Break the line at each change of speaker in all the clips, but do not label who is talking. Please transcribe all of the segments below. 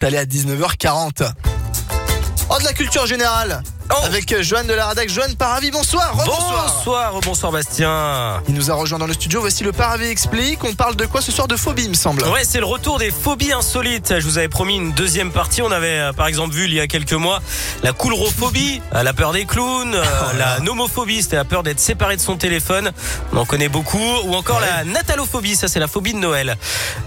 T'allais à 19h40. Oh, de la culture générale
Oh.
Avec euh, Joanne de la Radac. Joanne Paravi, bonsoir, rebonsoir.
Bonsoir, oh, bonsoir Bastien.
Il nous a rejoint dans le studio. Voici le Paravi explique. On parle de quoi ce soir De phobie, il me semble.
Ouais, c'est le retour des phobies insolites. Je vous avais promis une deuxième partie. On avait euh, par exemple vu il y a quelques mois la coulrophobie, euh, la peur des clowns, euh, la nomophobie, c'était la peur d'être séparé de son téléphone. On en connaît beaucoup. Ou encore la natalophobie, ça c'est la phobie de Noël.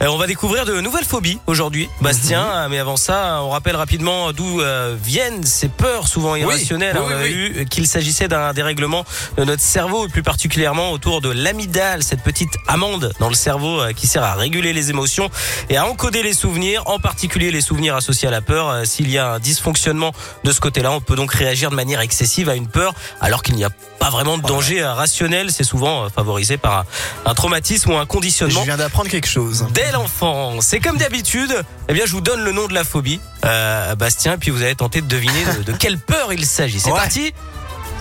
Euh, on va découvrir de nouvelles phobies aujourd'hui, Bastien. Euh, Mais avant ça, on rappelle rapidement d'où euh, viennent ces peurs souvent
oui,
irrationnelles. hein, On
oui,
avait
oui.
vu qu'il s'agissait d'un dérèglement de notre cerveau, et plus particulièrement autour de l'amygdale, cette petite amande dans le cerveau euh, qui sert à réguler les émotions et à encoder les souvenirs, en particulier les souvenirs associés à la peur. Euh, S'il y a un dysfonctionnement de ce côté-là, on peut donc réagir de manière excessive à une peur, alors qu'il n'y a pas vraiment de danger euh, rationnel. C'est souvent euh, favorisé par un, un traumatisme ou un
Je
conditionnement
viens d'apprendre quelque chose.
dès l'enfance. Et comme d'habitude, eh bien, je vous donne le nom de la phobie, euh, Bastien, puis vous allez tenter de deviner de, de quelle peur il s'agit. C'est
Ouais.
parti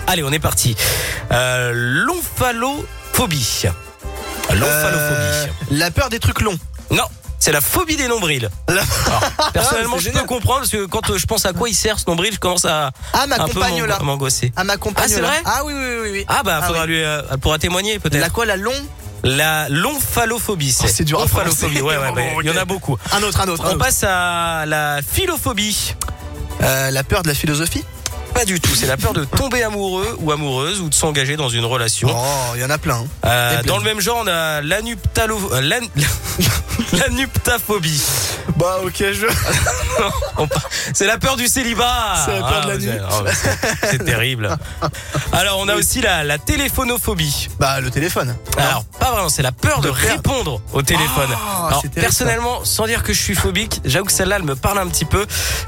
Allez, on est parti. Euh, l'omphalophobie.
Euh,
L'omphalophobie.
la peur des trucs longs.
Euh, Non, c'est la phobie des nombrils. Alors, personnellement,
Ah, c'est
je
génial.
peux comprendre parce que quand euh, je pense à quoi il sert ce nombril, je commence à
Ah, ma
un peu
compagne
m'ang-
là.
m'angoisser.
Ah, ma compagne
Ah, c'est
là.
vrai
Ah, oui, oui, oui. oui.
Ah bah,
Ah
faudra
oui.
lui, euh, elle pourra témoigner peut-être.
La quoi, la long
La, l'omphalophobie, c'est.
Oh, c'est dur à
Omphalophobie,
prononcer.
ouais, ouais, mais il y en a
Ok.
beaucoup.
Un autre, un autre. un
On
autre.
passe à la philophobie.
Euh, la peur de la philosophie
Pas du tout, c'est la peur de tomber amoureux ou amoureuse ou de s'engager dans une relation.
Oh, il y en a plein. hein.
Euh,
déplaise.
dans le même genre, on a l'anuptalo- euh, l'an- l'anuptaphobie.
Bah, ok, je.
On pa- C'est la peur du célibat.
C'est la peur de la
vous
nuit.
avez- oh, bah, c'est- C'est terrible. Alors, on a aussi la, la téléphonophobie.
Bah, le téléphone.
Alors, pas vraiment, c'est la peur de,
De perdre.
répondre au téléphone.
Ah,
Alors,
c'est terrible,
personnellement, sans dire que je suis phobique, j'avoue que celle-là, elle me parle un petit peu.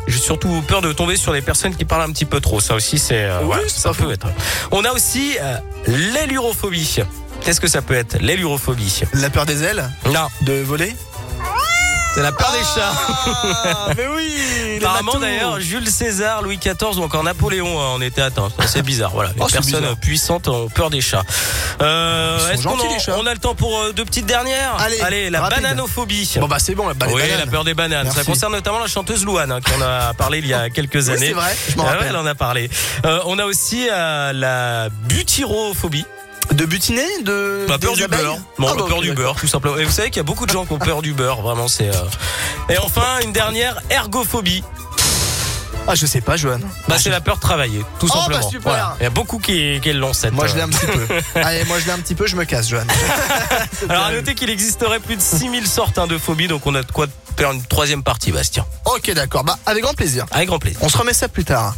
J'ai surtout peur de tomber sur des personnes qui parlent un petit peu trop. Ça aussi, c'est. euh,
Oui,
voilà,
c'est
ça
pas faux.
peut être. On a aussi euh, l'élurophobie. Qu'est-ce que ça peut être L'élurophobie.
La peur des ailes
Non,
De voler
c'est la peur des chats.
Ah, mais oui les
Apparemment
matous.
d'ailleurs, Jules César, Louis XIV ou encore Napoléon euh, en étaient atteints. C'est assez bizarre. Voilà, les
Oh, c'est
personnes
bizarre.
puissantes ont peur des chats. Euh,
Ils sont
est-ce qu'on
gentils,
en-
les chats.
on a le temps pour euh, deux petites dernières
Allez,
la
rapide.
bananophobie.
Bon, bah, c'est bon, bah, les
oui,
bananes.
la peur des bananes. Ça
Merci. Oh.
concerne notamment la chanteuse Louane, hein, qui en a parlé il y a quelques
Oui,
années.
c'est vrai, je m'en
Ah ouais,
rappelle.
elle en a parlé. Euh, on a aussi euh, la butyrophobie.
De butiner De.
La peur
des
du
abeilles
beurre. Bon,
Ah,
la
bah,
peur
ok,
du
d'accord.
beurre, tout simplement. Et vous savez qu'il y a beaucoup de gens qui ont peur du beurre, vraiment, c'est. euh. Et enfin, une dernière, ergophobie.
Ah, je sais pas, Johan.
Bah, c'est la peur de travailler, tout
Oh, bah,
simplement.
super.
Il y a beaucoup qui, qui l'ont cette.
Moi, je l'ai
euh.
un petit peu. Allez, moi, je l'ai un petit peu, je me casse, Johan.
Alors, à noter qu'il existerait plus de 6000 sortes hein, de phobies, donc on a de quoi faire une troisième partie, Bastien.
Ok, d'accord. Bah, avec grand plaisir.
Avec grand plaisir.
On se remet ça plus tard.